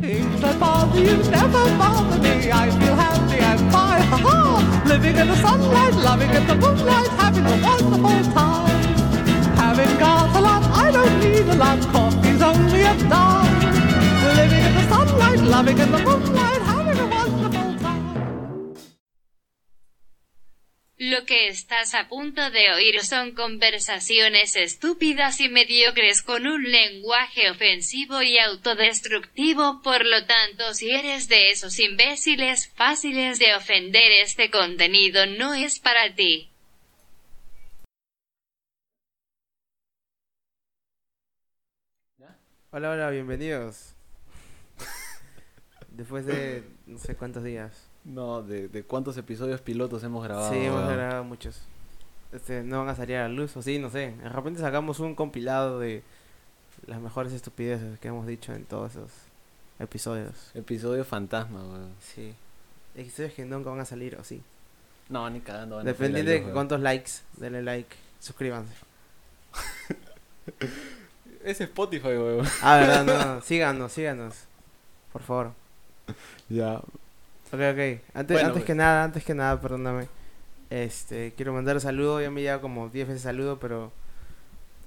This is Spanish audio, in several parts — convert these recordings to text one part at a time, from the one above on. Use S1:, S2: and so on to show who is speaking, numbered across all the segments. S1: things that bother you never bother me. I feel happy and fine, ha ha! Living in the sunlight, loving in the moonlight, having a wonderful time. Having got a lot, I don't need a lot. Coffee's only a dime. Living in the sunlight, loving in the moonlight, having a wonderful time.
S2: Lo que estás a punto de oír son conversaciones estúpidas y mediocres con un lenguaje ofensivo y autodestructivo, por lo tanto si eres de esos imbéciles fáciles de ofender este contenido no es para ti.
S3: Hola, hola, bienvenidos. Después de no sé cuántos días.
S4: No, de, de cuántos episodios pilotos hemos grabado.
S3: sí, hemos
S4: weón.
S3: grabado muchos. Este, no van a salir a la luz, o sí, no sé. De repente sacamos un compilado de las mejores estupideces que hemos dicho en todos esos episodios.
S4: Episodio fantasma, weón.
S3: Sí. Episodios que nunca van a salir, o sí.
S4: No, ni cagando. van a salir
S3: Dependiendo
S4: a
S3: de
S4: luz, weón.
S3: cuántos likes, denle like, suscríbanse.
S4: Es Spotify, weón.
S3: Ah, verdad, no, no, síganos, síganos. Por favor.
S4: Ya.
S3: Ok, ok. Antes,
S4: Bueno,
S3: antes
S4: pues.
S3: que nada, antes que nada, perdóname. Este, quiero mandar un saludo. Ya me he llevado como 10 veces saludo, pero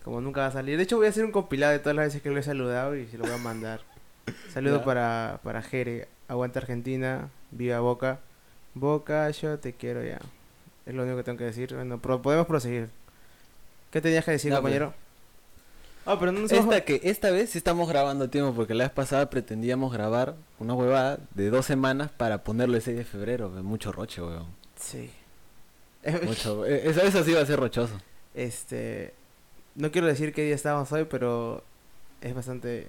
S3: como nunca va a salir. De hecho, voy a hacer un compilado de todas las veces que lo he saludado y se lo voy a mandar. Saludo
S4: Ya.
S3: para, para Jere. Aguanta Argentina. Viva Boca. Boca, yo te quiero ya. Es lo único que tengo que decir. Bueno, pro- podemos proseguir. ¿Qué tenías que decir,
S4: Ya, pues.
S3: compañero? Ah, pero no nos hemos-
S4: Esta, que, esta vez sí estamos grabando a tiempo porque la vez pasada pretendíamos grabar una huevada de dos semanas para ponerlo el 6 de febrero. weón. Mucho roche, weón.
S3: Sí.
S4: Mucho. eh, Esa vez así va a ser rochoso.
S3: Este. No quiero decir qué día estamos hoy, pero es bastante.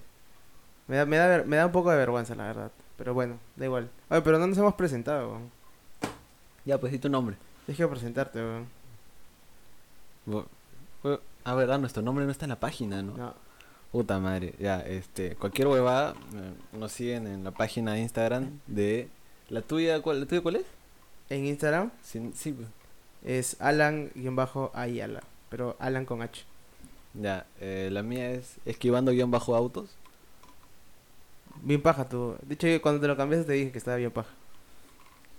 S3: Me da, me da, ver- me da un poco de vergüenza, la verdad. Pero bueno, da igual. Oye, pero no nos hemos presentado, weón.
S4: Ya, pues di tu nombre.
S3: Tienes que presentarte, weón.
S4: Bo- we- Ah, verdad, nuestro nombre no está en la página, ¿no?
S3: No.
S4: Puta madre, ya, este, cualquier huevada, eh, nos siguen en la página de Instagram de... ¿La tuya cuál, la tuya cuál es?
S3: En Instagram
S4: Sí, sí, pues.
S3: es Alan-Ayala. Pero Alan con H.
S4: ya, eh, la mía es esquivando guión bajo autos.
S3: Bien paja tú. De hecho, yo cuando te lo cambiaste te dije que estaba bien paja.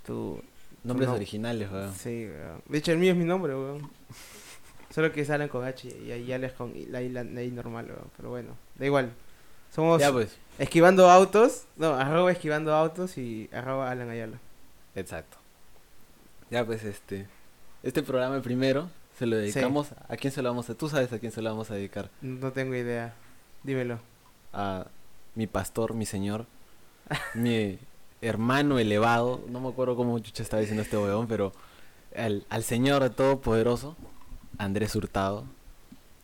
S3: Tú.
S4: Nombres
S3: No.
S4: originales, weón.
S3: Sí, weón. De hecho, el mío es mi nombre, weón. Solo que es Alan con H y Ayala es con I- la I, la I normal, weón. Pero bueno, da igual. Somos.
S4: Ya, pues.
S3: Esquivando autos. No, arroba esquivando autos y arroba Alan Ayala.
S4: Exacto. Ya, pues, este, este programa el primero se lo
S3: Sí.
S4: dedicamos... ¿A quién se lo vamos a...? Tú sabes a quién se lo vamos a dedicar.
S3: No tengo idea. Dímelo.
S4: A mi pastor, mi señor, mi hermano elevado. No me acuerdo cómo chucha estaba diciendo este huevón, pero al, al señor todopoderoso, Andrés Hurtado.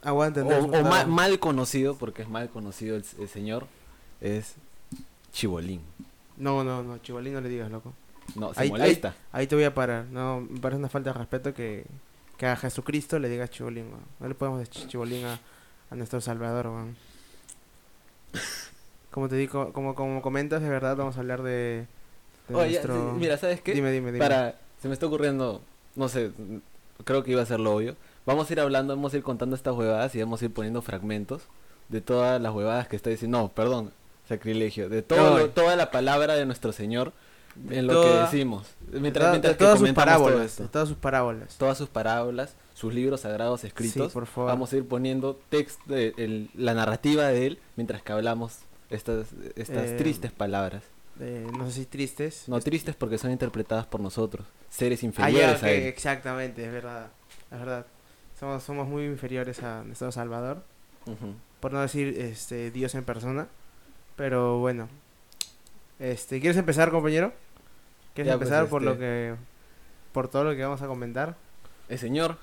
S3: Aguanta,
S4: O,
S3: Andrés
S4: o
S3: Hurtado.
S4: ma- mal conocido, porque es mal conocido el, el señor, es Chibolín.
S3: No, no, no, Chibolín, no le digas, loco.
S4: No, se
S3: Ahí-
S4: molesta.
S3: Ahí te voy a parar. No, me parece una falta de respeto que, que a Jesucristo le digas Chibolín, weón. No le podemos decir Chibolín a, a nuestro Salvador, weón. Como te digo, como, como comentas, de verdad vamos a hablar de, de
S4: Oye,
S3: nuestro...
S4: sí, mira, ¿sabes qué?
S3: Dime, dime, dime.
S4: Para, se me está ocurriendo, no sé, mm, creo que iba a ser lo obvio. Vamos a ir hablando, vamos a ir contando estas huevadas y vamos a ir poniendo fragmentos de todas las huevadas que está diciendo. No, perdón, sacrilegio. De todo,
S3: No.
S4: lo- toda la palabra de nuestro Señor en lo
S3: toda-
S4: que decimos.
S3: De
S4: Mientras,
S3: todas-
S4: mientras
S3: de
S4: que
S3: todas sus
S4: comentamos todo
S3: parábolas,
S4: esto.
S3: de todas sus parábolas.
S4: Todas sus parábolas, sus libros sagrados escritos.
S3: por favor.
S4: Vamos a ir poniendo text- de- el- la narrativa de él mientras que hablamos estas, estas
S3: Eh,
S4: tristes palabras.
S3: Eh, no sé si tristes.
S4: No tristes porque son interpretadas por nosotros, seres
S3: Ah, ya,
S4: inferiores
S3: ok,
S4: a él.
S3: exactamente, es verdad. Es verdad. Somos, somos muy inferiores a nuestro Salvador,
S4: Ujú.
S3: por no decir este Dios en persona. Pero bueno. Este, ¿quieres empezar, compañero? ¿Quieres
S4: Ya, pues,
S3: empezar por lo
S4: este-
S3: que por todo lo que vamos a comentar?
S4: El señor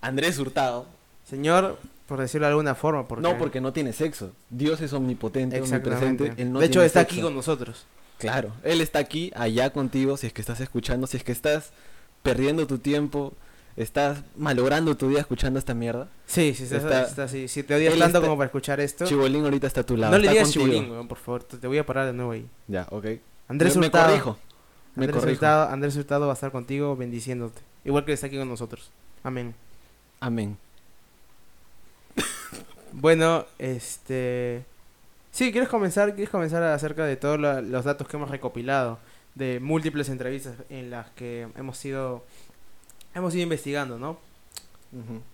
S4: Andrés Hurtado.
S3: Señor, por decirlo de alguna forma, porque
S4: No, porque no tiene sexo. Dios es omnipotente,
S3: exactamente.
S4: omnipresente. Él no
S3: de hecho
S4: tiene
S3: está
S4: sexo.
S3: aquí con nosotros.
S4: Claro, él está aquí, allá contigo, si es que estás escuchando, si es que estás perdiendo tu tiempo, estás malogrando tu día escuchando esta mierda.
S3: Sí, sí, está,
S4: Está-
S3: está así. Si te odias
S4: él
S3: tanto
S4: está-
S3: como para escuchar esto,
S4: Chibolín ahorita está a tu lado.
S3: no le
S4: está
S3: digas
S4: contigo.
S3: chibolín, weón, por favor, te, te voy a parar de nuevo ahí.
S4: Ya, ok.
S3: Andrés
S4: me, me
S3: Hurtado.
S4: corrijo. Me
S3: Andrés
S4: corrijo.
S3: Hurtado, Andrés Hurtado va a estar contigo bendiciéndote. Igual que está aquí con nosotros. Amén.
S4: Amén.
S3: Bueno, este. Sí, ¿quieres comenzar? ¿Quieres comenzar acerca de todos la- los datos que hemos recopilado? De múltiples entrevistas en las que hemos sido... Hemos ido investigando, ¿no?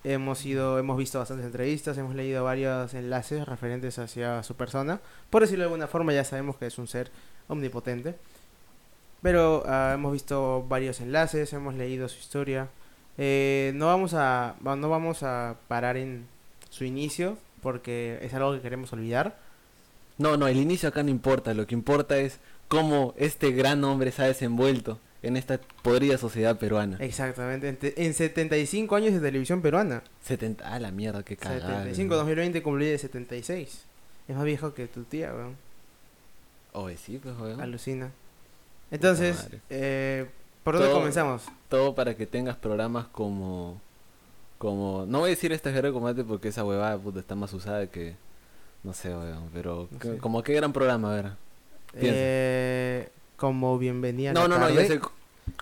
S3: Hemos ido, hemos visto bastantes entrevistas, hemos leído varios enlaces referentes hacia su persona. Por decirlo de alguna forma, ya sabemos que es un ser omnipotente. Pero ah, hemos visto varios enlaces, hemos leído su historia. Eh, no vamos a va- no vamos a parar en su inicio porque es algo que queremos olvidar.
S4: No, no, el inicio acá no importa, lo que importa es cómo este gran hombre se ha desenvuelto en esta podrida sociedad peruana.
S3: Exactamente, en, te- en 75 años de televisión peruana.
S4: 70, ah, la mierda, qué cagada.
S3: 75,
S4: ¿no?
S3: 2020 cumplí de 76. Es más viejo que tu tía, weón.
S4: Oye, sí, pues, weón.
S3: Alucina. Entonces,
S4: madre.
S3: eh, ¿por dónde
S4: Todo-
S3: comenzamos?
S4: Todo para que tengas programas como... Como... No voy a decir esta guerra de combate porque esa huevada, puta, está más usada que... No sé, weón, pero...
S3: No
S4: que-
S3: sé.
S4: Como qué gran programa, a ver. piensa.
S3: Eh, como bienvenida. a la
S4: No, no, no, yo
S3: tarde,
S4: sé... c-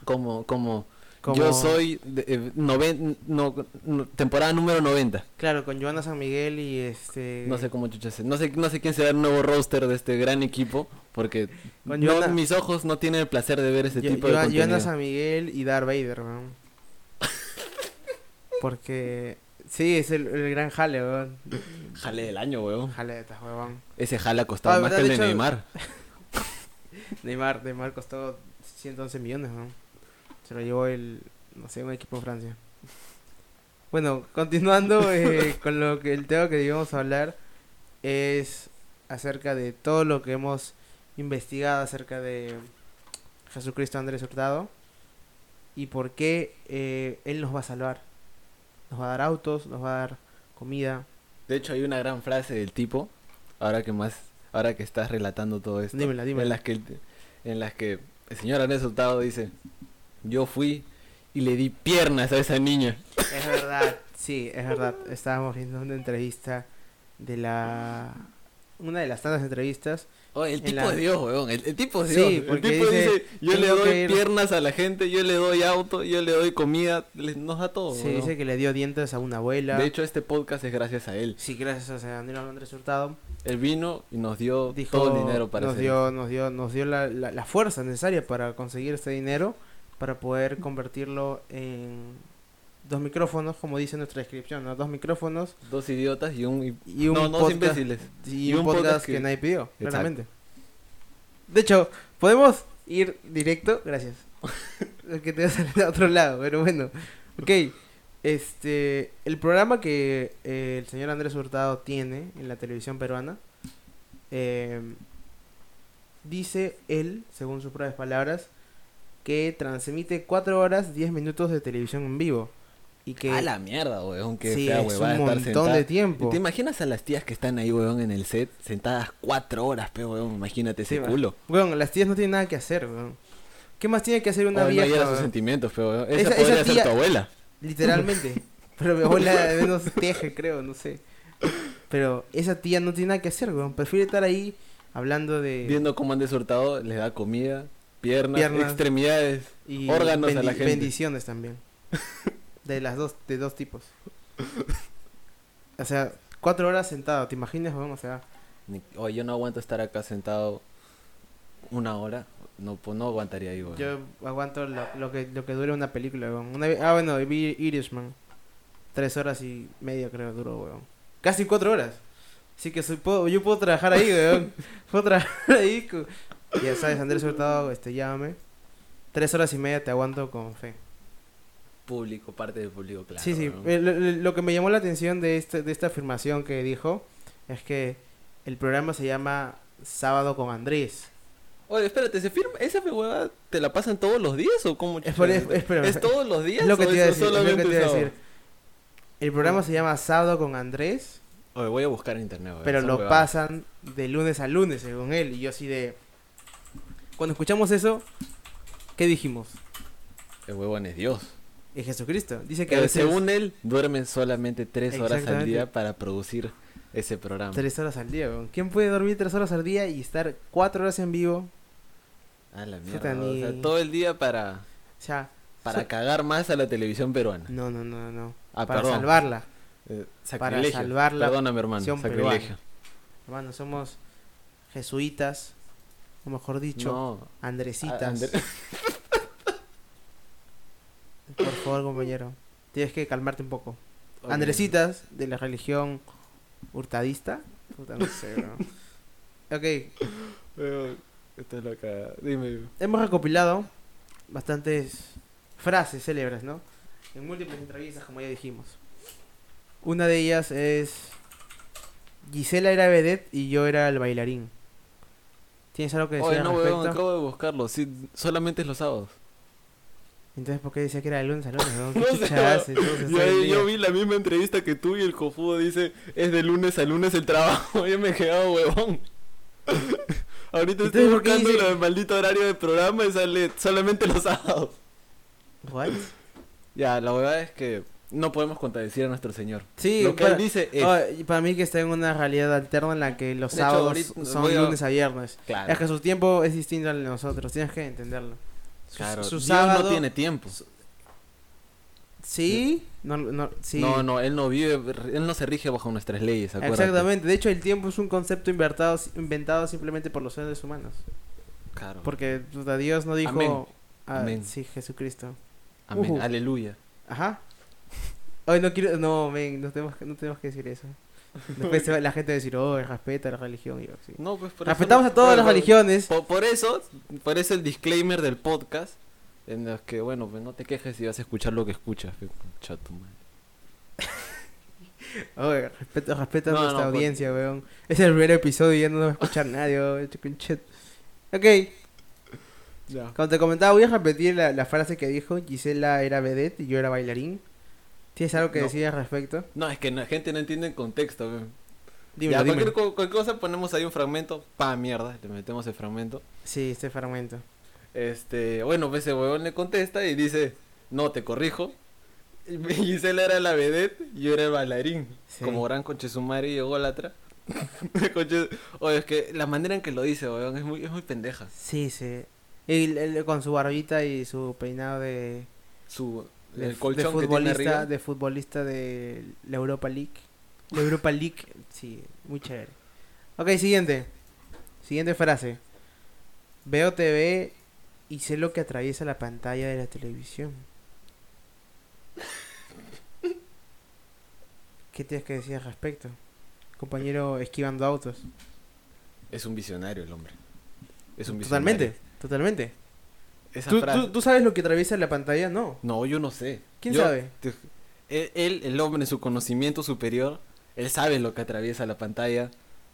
S4: Como, como...
S3: como-
S4: Yo soy... de- eh, noven- no- no- temporada número 90.
S3: Claro, con Joana San Miguel y este.
S4: No sé cómo chucha se- No sé, no sé quién será el nuevo roster de este gran equipo. Porque
S3: Con
S4: no-
S3: Joana-
S4: mis ojos no tienen el placer de ver ese
S3: Yo-
S4: tipo
S3: Joa-
S4: de contenido.
S3: Joana San Miguel y Darth Vader, weón. Porque. Sí, es el, el gran jale, weón.
S4: Jale del año, weón.
S3: Jale de estas, weón.
S4: Ese jala costaba
S3: Ah,
S4: más
S3: ¿verdad?
S4: que
S3: De
S4: el de
S3: hecho-
S4: Neymar.
S3: Neymar, Neymar costó 111 millones, weón. Se lo llevó el. No sé, un equipo de Francia. Bueno, continuando eh, con lo que el tema que íbamos a hablar es acerca de todo lo que hemos investigado acerca de Jesucristo Andrés Hurtado y por qué eh, Él nos va a salvar. Nos va a dar autos, nos va a dar comida.
S4: De hecho, hay una gran frase del tipo. Ahora que más. Ahora que estás relatando todo esto.
S3: Dímela, dímela.
S4: En las que, el- en las que el señor Andrés Hurtado dice: Yo fui y le di piernas a esa niña.
S3: Es verdad, sí, es verdad. Estábamos viendo una entrevista de la... Una de las tantas entrevistas.
S4: Oye, el
S3: En
S4: tipo
S3: la-
S4: de Dios, weón. El, el tipo
S3: Sí,
S4: de Dios. el
S3: porque
S4: tipo dice,
S3: dice,
S4: yo le
S3: "Tengo que
S4: doy
S3: ir".
S4: piernas a la gente, yo le doy auto, yo le doy comida, le- nos da todo.
S3: Se
S4: weón.
S3: dice que le dio dientes a una abuela.
S4: De hecho, este podcast es gracias a él.
S3: sí, gracias a Daniel Andrés Hurtado.
S4: Él vino y nos dio
S3: Dijo,
S4: todo el dinero para
S3: nos
S4: hacer.
S3: dio, nos dio, nos dio la, la- la fuerza necesaria para conseguir este dinero, para poder convertirlo en dos micrófonos, como dice nuestra descripción, ¿no? Dos micrófonos
S4: Dos idiotas y un...
S3: Y un
S4: no, no, dos
S3: podcast.
S4: imbéciles.
S3: y,
S4: Y
S3: un,
S4: un
S3: podcast,
S4: podcast
S3: que...
S4: que-
S3: nadie pidió, claramente. De hecho, podemos ir directo, gracias. Lo que te va a salir a otro lado, pero bueno. Ok, este, el programa que eh, el señor Andrés Hurtado tiene en la televisión peruana, eh, dice él, según sus propias palabras, que transmite 4 horas 10 minutos de televisión en vivo. Y que
S4: A la mierda, weón, que
S3: sí,
S4: fea
S3: es
S4: huevada
S3: un
S4: estar
S3: montón
S4: sentada.
S3: de tiempo.
S4: ¿Te imaginas a las tías que están ahí, weón, en el set, sentadas cuatro horas, pero weón, imagínate
S3: Sí,
S4: ese
S3: va.
S4: culo.
S3: Weón, las tías no tienen nada que hacer, weón. ¿Qué más tiene que hacer una
S4: Oye, Oh, no
S3: vieja?
S4: llega a sus
S3: weón?
S4: sentimientos, pero weón. Esa,
S3: Esa- esa
S4: podría ser
S3: tía-
S4: tu abuela.
S3: Literalmente. Pero mi abuela al menos teje, creo, no sé. Pero esa tía no tiene nada que hacer, weón. Prefiere estar ahí hablando de...
S4: Viendo cómo han desortado, les da comida, piernas,
S3: Piernas.
S4: extremidades, órganos a
S3: bendi-
S4: la gente.
S3: Bendiciones también. De las dos, de dos tipos. O sea, cuatro horas sentado, ¿te imaginas, weón? O sea,
S4: Ni- oh, yo no aguanto estar acá sentado una hora. No, pues no aguantaría ahí, weón.
S3: yo aguanto lo, lo que, lo que dura una película, weón. Una vez- ah, bueno, vi Irishman. Tres horas y media creo duró, weón. Casi cuatro horas. Así que soy, puedo, yo puedo trabajar ahí, weón. puedo trabajar ahí. co- Ya sabes, Andrés Hurtado, este, llámame. Tres horas y media te aguanto con fe.
S4: Público, parte del público, claro.
S3: sí, sí.
S4: weón.
S3: Eh, Lo, lo- lo que me llamó la atención de, este, de esta afirmación que dijo es que el programa se llama Sábado con Andrés.
S4: Oye, espérate, ¿se firma? ¿Esa fe huevada te la pasan todos los días o cómo?
S3: Es por- es- espérame.
S4: ¿Es todos los días?
S3: Es lo que
S4: o
S3: te iba a decir.
S4: eso
S3: es lo que
S4: solamente
S3: te iba a
S4: sábado?
S3: decir. El programa se llama Sábado con Andrés.
S4: Oye, voy a buscar en internet, weón,
S3: Pero
S4: esa
S3: lo
S4: huevada.
S3: pasan de lunes a lunes, según él. Y yo así de... Cuando escuchamos eso, ¿qué dijimos?
S4: El huevón es Dios.
S3: Es Jesucristo. Dice que a
S4: Que
S3: veces
S4: según él, duermen solamente tres horas al
S3: Exactamente.
S4: día para producir ese programa.
S3: tres horas al día. weón. ¿Quién puede dormir tres horas al día y estar cuatro horas en vivo?
S4: Ah, la
S3: Puta,
S4: mierda. O sea,
S3: ni-
S4: todo el día para,
S3: O sea...
S4: para
S3: so-
S4: cagar más a la televisión peruana.
S3: No, no, no, no.
S4: Ah,
S3: para
S4: perdón.
S3: salvarla.
S4: Eh,
S3: para
S4: sacrilegio.
S3: salvar la
S4: Perdóname, hermano.
S3: opción
S4: Sacrilegio.
S3: peruana. Hermano, somos jesuitas, o mejor dicho,
S4: No.
S3: andresitas.
S4: a- Andre-
S3: Por favor, compañero, tienes que calmarte un poco.
S4: Ok.
S3: Andresitas, de la religión hurtadista. Puta, no sé, bro. ok,
S4: Weón, Estás loca. Dime.
S3: hemos recopilado bastantes frases célebres, ¿no? En múltiples entrevistas, como ya dijimos. Una de ellas es Gisela era vedette y yo era el bailarín. ¿Tienes algo que decir
S4: Oye,
S3: al
S4: no,
S3: respecto?
S4: weón, acabo de buscarlo. Sí, solamente es los sábados.
S3: Entonces, ¿por qué decía que era de lunes a lunes? weón? ¿Qué
S4: No sé,
S3: chucha
S4: weón.
S3: haces? Todos los
S4: Yo,
S3: seis
S4: yo
S3: días.
S4: vi la misma entrevista que tú y el cojudo dice, es de lunes a lunes el trabajo. Yo me he quedado huevón. Ahorita
S3: Entonces,
S4: estoy
S3: ¿por qué
S4: buscando
S3: dice-
S4: el maldito horario del programa y sale solamente los sábados.
S3: What?
S4: Ya, la verdad es que no podemos contradecir a nuestro señor.
S3: Sí,
S4: Lo que
S3: para,
S4: él dice es...
S3: oh, y para mí que está en una realidad alterna en la que los
S4: De hecho,
S3: sábados
S4: ahorita voy
S3: son
S4: a-
S3: lunes a viernes.
S4: claro,
S3: Es que su tiempo es distinto al de nosotros, tienes que entenderlo. Su,
S4: claro.
S3: su
S4: Dios
S3: sábado-
S4: no tiene tiempo.
S3: Sí, no, no, sí.
S4: No, no, él no vive, él no se rige bajo nuestras leyes, acuérdate.
S3: Exactamente, de hecho el tiempo es un concepto inventado, inventado simplemente por los seres humanos.
S4: Claro.
S3: Porque puta, Dios no dijo...
S4: Amén.
S3: Ah,
S4: Amén.
S3: Sí, Jesucristo.
S4: Amén.
S3: Ujú.
S4: Aleluya.
S3: Ajá. Hoy no quiero... No, men, no tenemos, que- no tenemos que decir eso. Después se va- la gente va a decir, oh, respeta la religión. y yo, sí.
S4: No, pues por eso-
S3: Respetamos a todas
S4: Bueno,
S3: las
S4: bueno,
S3: religiones.
S4: Por, por eso, por eso el disclaimer del podcast, en los que, bueno, pues no te quejes si vas a escuchar lo que escuchas. pe, concha tu madre.
S3: Oye, respeta, respeta
S4: No,
S3: Oh, a nuestra
S4: no, pues-
S3: audiencia, weón. Es el primer episodio y ya no nos va a escuchar nadie, weón. Chucunche- Ok, Como te comentaba, voy a repetir la, la frase que dijo. Gisela era vedette y yo era bailarín. ¿Tienes algo que
S4: No.
S3: decir al respecto?
S4: No, es que la gente no entiende el contexto. pe.
S3: Dímelo, dímelo.
S4: Ya, cualquier, co- cualquier cosa ponemos ahí un fragmento, pa mierda, le metemos el fragmento.
S3: Sí, este fragmento.
S4: Este, bueno, pues ese huevón le contesta y dice, no, te corrijo. Y Gisela era la vedette, yo era el bailarín.
S3: Sí.
S4: Como gran conchesumare y ególatra. Conche- Oye, es que la manera en que lo dice, huevón, es muy, es muy pendeja.
S3: Sí, sí. Y el- el- con su barbita y su peinado de,
S4: Su, el,
S3: de, de
S4: colchón que tiene
S3: futbolista
S4: arriba.
S3: de futbolista de la Europa League. La Europa League, sí, muy chévere. Ok, siguiente. Siguiente frase. Veo TV y sé lo que atraviesa la pantalla de la televisión. ¿Qué tienes que decir al respecto? Compañero esquivando autos.
S4: Es un visionario el hombre. Es un
S3: totalmente,
S4: visionario.
S3: totalmente.
S4: Esa
S3: ¿Tú,
S4: frase-
S3: tú, tú sabes lo que atraviesa la pantalla? No.
S4: No, yo no sé.
S3: ¿Quién
S4: Yo-
S3: sabe?
S4: te- Él, él, el hombre en su conocimiento superior, él sabe lo que atraviesa la pantalla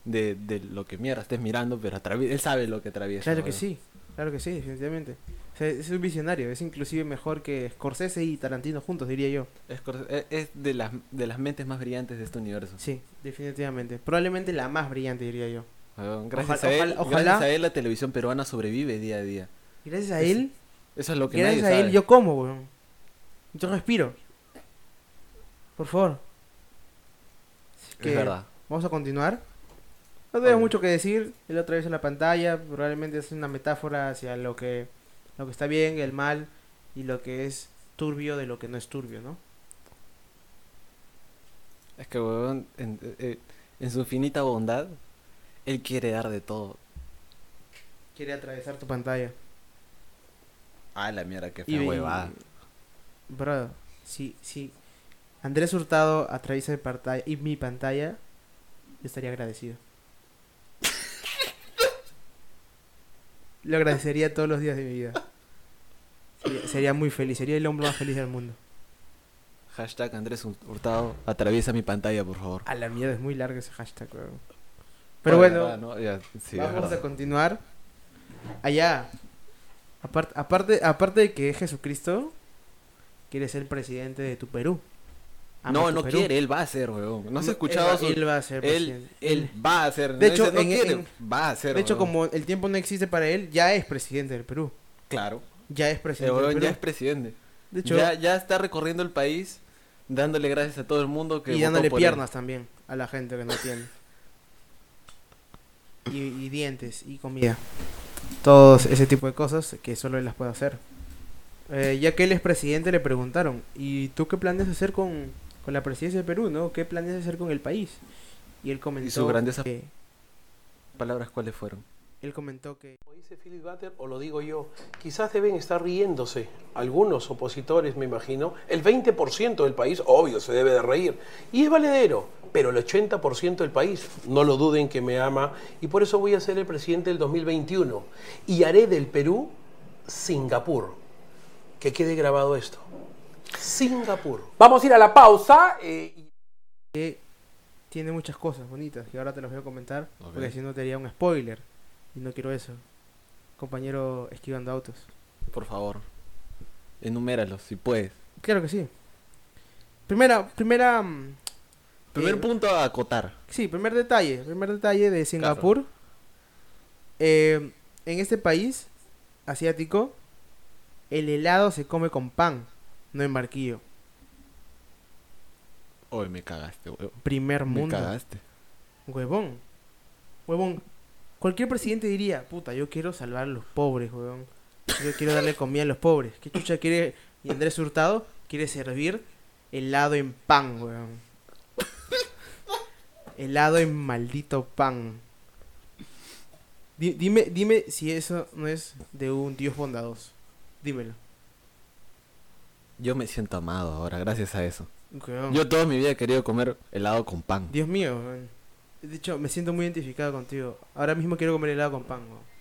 S4: de, de lo que mierda estés mirando, pero atravi- él sabe lo que atraviesa.
S3: Claro que
S4: weón.
S3: sí, claro que sí, definitivamente. O sea, es un visionario, es inclusive mejor que Scorsese y Tarantino juntos, diría yo.
S4: Es, cor- es- es de, las, de las mentes más brillantes de este universo.
S3: Sí, definitivamente. Probablemente la más brillante, diría yo.
S4: Weón, Gracias,
S3: Ojalá-
S4: a él,
S3: ojalá-
S4: gracias a él la televisión peruana sobrevive día a día.
S3: Y Gracias a
S4: Es-
S3: él,
S4: Eso es lo que
S3: gracias
S4: nadie
S3: a
S4: sabe.
S3: él yo como, weón. Yo respiro. Por favor. Así que
S4: Es verdad.
S3: Vamos a continuar. No tengo
S4: Ok.
S3: mucho que decir. Él otra vez en la pantalla. Probablemente es una metáfora hacia lo que, lo que está bien, el mal y lo que es turbio de lo que no es turbio, ¿no?
S4: Es que, weón, en, eh, en su infinita bondad, él quiere dar de todo.
S3: Quiere atravesar tu pantalla.
S4: Ah, la mierda, que
S3: Y-
S4: fea huevada.
S3: Bro, si, si Andrés Hurtado atraviesa mi pantalla, y mi pantalla, yo estaría agradecido. Lo agradecería todos los días de mi vida. Sería, sería muy feliz, sería el hombre más feliz del mundo.
S4: Hashtag Andrés Hurtado, atraviesa mi pantalla, por favor.
S3: A la mierda, es muy largo ese hashtag, weón. Pero
S4: Bueno,
S3: bueno,
S4: verdad, ¿no? Ya, sí, es
S3: vamos
S4: verdad.
S3: a continuar. Allá. Aparte, aparte, aparte de que es Jesucristo, quiere ser presidente de tu Perú. Ama
S4: No,
S3: tu
S4: no
S3: Perú.
S4: quiere, él va a ser, weón. No has
S3: No,
S4: escuchado
S3: él,
S4: su...
S3: va- él va a ser
S4: Él,
S3: presidente.
S4: él va a ser.
S3: De hecho,
S4: dice, no
S3: en-
S4: quiere,
S3: en-
S4: va a ser.
S3: de hecho,
S4: weón.
S3: como el tiempo no existe para él, ya es presidente del Perú.
S4: Claro.
S3: Ya es
S4: El
S3: presidente del
S4: weón
S3: Perú.
S4: ya es presidente.
S3: De hecho,
S4: ya, ya está recorriendo el país, dándole gracias a todo el mundo que.
S3: y
S4: votó
S3: dándole
S4: por él.
S3: piernas también a la gente que no tiene. Y, y dientes y comida. Todos ese tipo de cosas que solo él las puede hacer. Eh, ya que él es presidente, le preguntaron, ¿y tú qué planes hacer con, con la presidencia de Perú? ¿no? ¿Qué planes hacer con el país? Y él comentó
S4: grandeza.
S3: que
S4: palabras cuáles fueron?
S3: Él comentó que
S5: Como dice Philip Butler, o lo digo yo, quizás deben estar riéndose algunos opositores, me imagino. El 20% del país, obvio, se debe de reír. Y es valedero, pero el 80% del país, no lo duden que me ama. Y por eso voy a ser el presidente del 2021. Y haré del Perú Singapur. Que quede grabado esto. Singapur.
S6: Vamos a ir a la pausa. eh, y-
S3: tiene muchas cosas bonitas y ahora te las voy a comentar porque si no te haría un spoiler y no quiero eso. Compañero esquivando autos.
S4: Por favor, enuméralos si puedes.
S3: Claro que sí. Primera, primera, mm,
S4: Primer
S3: Eh,
S4: punto a acotar.
S3: sí, primer detalle, primer detalle de Singapur. Eh, en este país asiático, el helado se come con pan, no en barquillo.
S4: Hoy me cagaste, huevón.
S3: Primer
S4: Me
S3: mundo.
S4: cagaste.
S3: Huevón. Huevón. Cualquier presidente diría, puta, yo quiero salvar a los pobres, huevón. Yo quiero darle comida a los pobres. ¿Qué chucha quiere? Y Andrés Hurtado quiere servir helado en pan, huevón. Helado en maldito pan. Di- dime, dime si eso no es de un Dios bondadoso. Dímelo.
S4: Yo me siento amado ahora, gracias a eso.
S3: huevón.
S4: Yo toda mi vida he querido comer helado con pan.
S3: Dios mío, man. de hecho me siento muy identificado contigo. Ahora mismo quiero comer helado con pan. weón.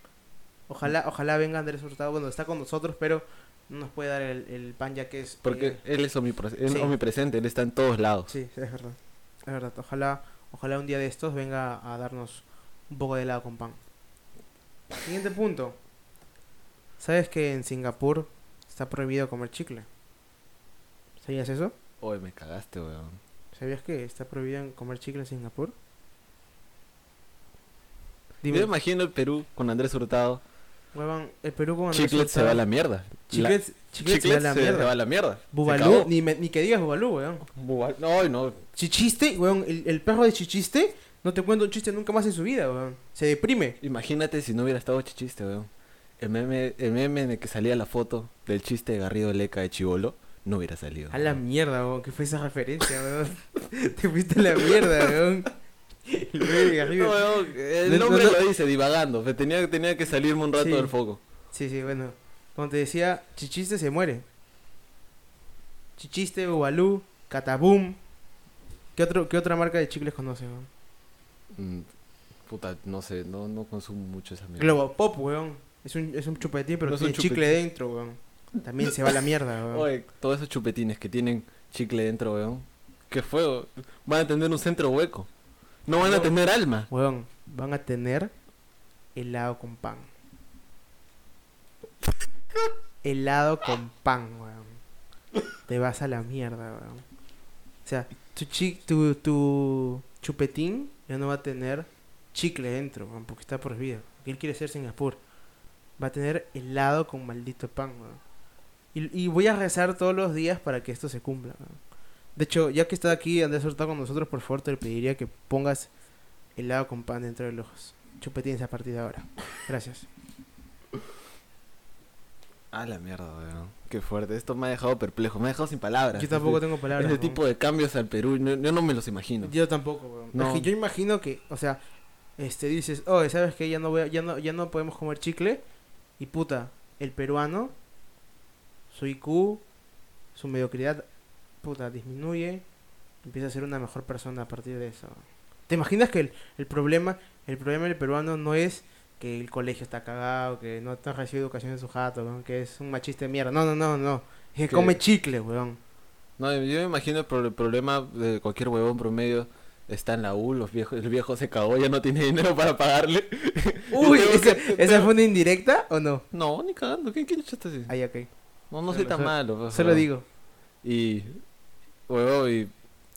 S3: Ojalá, ojalá venga Andrés Hurtado. Bueno, está con nosotros, pero no nos puede dar el, el pan ya que es.
S4: Porque
S3: eh,
S4: él es omnipres- él
S3: sí.
S4: omnipresente, él está en todos lados.
S3: sí, es verdad, es verdad. Ojalá, ojalá un día de estos venga a darnos un poco de helado con pan. Siguiente punto. ¿Sabes que en Singapur está prohibido comer chicle? ¿Sabías eso?
S4: Hoy me cagaste, weón.
S3: ¿Sabías que está prohibido comer chicle en Singapur?
S4: Yo
S3: Dime.
S4: me imagino el Perú con Andrés Hurtado.
S3: Huevón, el Perú con Andrés
S4: Chiclet se va a la
S3: Hurtado.
S4: mierda.
S3: Chiclet,
S4: La-
S3: Chiclet se va a la
S4: Chiclet se va a
S3: mierda.
S4: la mierda. Se
S3: Bubalú,
S4: acabó.
S3: ni, me- ni que digas Bubalú, weón.
S4: Bubal- No, ay, no.
S3: Chichiste, weón, el, el perro de Chichiste no te cuenta un chiste nunca más en su vida, weón. Se deprime.
S4: Imagínate si no hubiera estado chichiste, weón. El meme, el meme en el que salía la foto del chiste de Garrido Leca de Chivolo no hubiera salido.
S3: A la mierda, weón, que fue esa referencia, weón. te fuiste a la mierda, weón. El bebé de
S4: No,
S3: arriba.
S4: weón,
S3: No,
S4: el
S3: no,
S4: nombre
S3: no.
S4: lo dice, divagando. Fe- Tenía, tenía que salirme un rato
S3: Sí.
S4: del foco.
S3: Sí, sí, bueno. Como te decía, Chichiste se muere. Chichiste, Bubalú, Cataboom. ¿Qué, otro, ¿Qué otra marca de chicles conoces, weón?
S4: Mm, puta, no sé, no, no consumo mucho esa mierda.
S3: Globo Pop, weón. Es un, es un chupetín, pero
S4: No es un
S3: tiene chicle
S4: chupetín.
S3: dentro, weón. También se va a la mierda, weón.
S4: Oye, todos esos chupetines que tienen chicle dentro, weón. ¿Qué fuego? Van a tener un centro hueco. No van a
S3: No.
S4: tener alma.
S3: Weón, van a tener helado con pan. helado con pan, weón. Te vas a la mierda, weón. O sea, tu, chi- tu, tu chupetín ya no va a tener chicle dentro, weón, porque está prohibido. Porque Él quiere ser Singapur. Va a tener helado con maldito pan, weón. Y, y voy a rezar todos los días para que esto se cumpla, weón. De hecho, ya que está aquí Andrés Hurtado con nosotros, por favor te pediría que pongas helado con pan dentro de los ojos. Chupetines a partir de ahora. Gracias.
S4: A la mierda, weón. Qué fuerte. Esto me ha dejado perplejo. Me ha dejado sin palabras.
S3: Yo tampoco
S4: Este-
S3: tengo palabras.
S4: Ese
S3: weón.
S4: tipo de cambios al Perú, no- yo no me los imagino.
S3: Yo tampoco, weón.
S4: No.
S3: Es que yo imagino que, o sea, este dices, oye, ¿sabes qué? Ya no voy a- ya no, ya no podemos comer chicle. Y puta, el peruano, su IQ, su mediocridad, puta, disminuye. Empieza a ser una mejor persona a partir de eso. ¿Te imaginas que el, el problema, el problema del peruano no es que el colegio está cagado, que no han recibido educación en su jato, weón, que es un machista de mierda? No, no, no, no. Es que
S4: Que-
S3: come chicle, weón.
S4: No, yo me imagino el, pro- el problema de cualquier huevón promedio está en la U, los viejos, el viejo se cagó, ya no tiene dinero para pagarle.
S3: Uy,
S4: Tengo
S3: ¿esa,
S4: que-
S3: ¿esa fue una indirecta o no?
S4: No, ni cagando, ¿quién quién chucha está así?
S3: Ahí, ok.
S4: No, no soy tan
S3: se-
S4: malo. pues,
S3: Se lo
S4: huevón.
S3: digo.
S4: Y, huevón, y,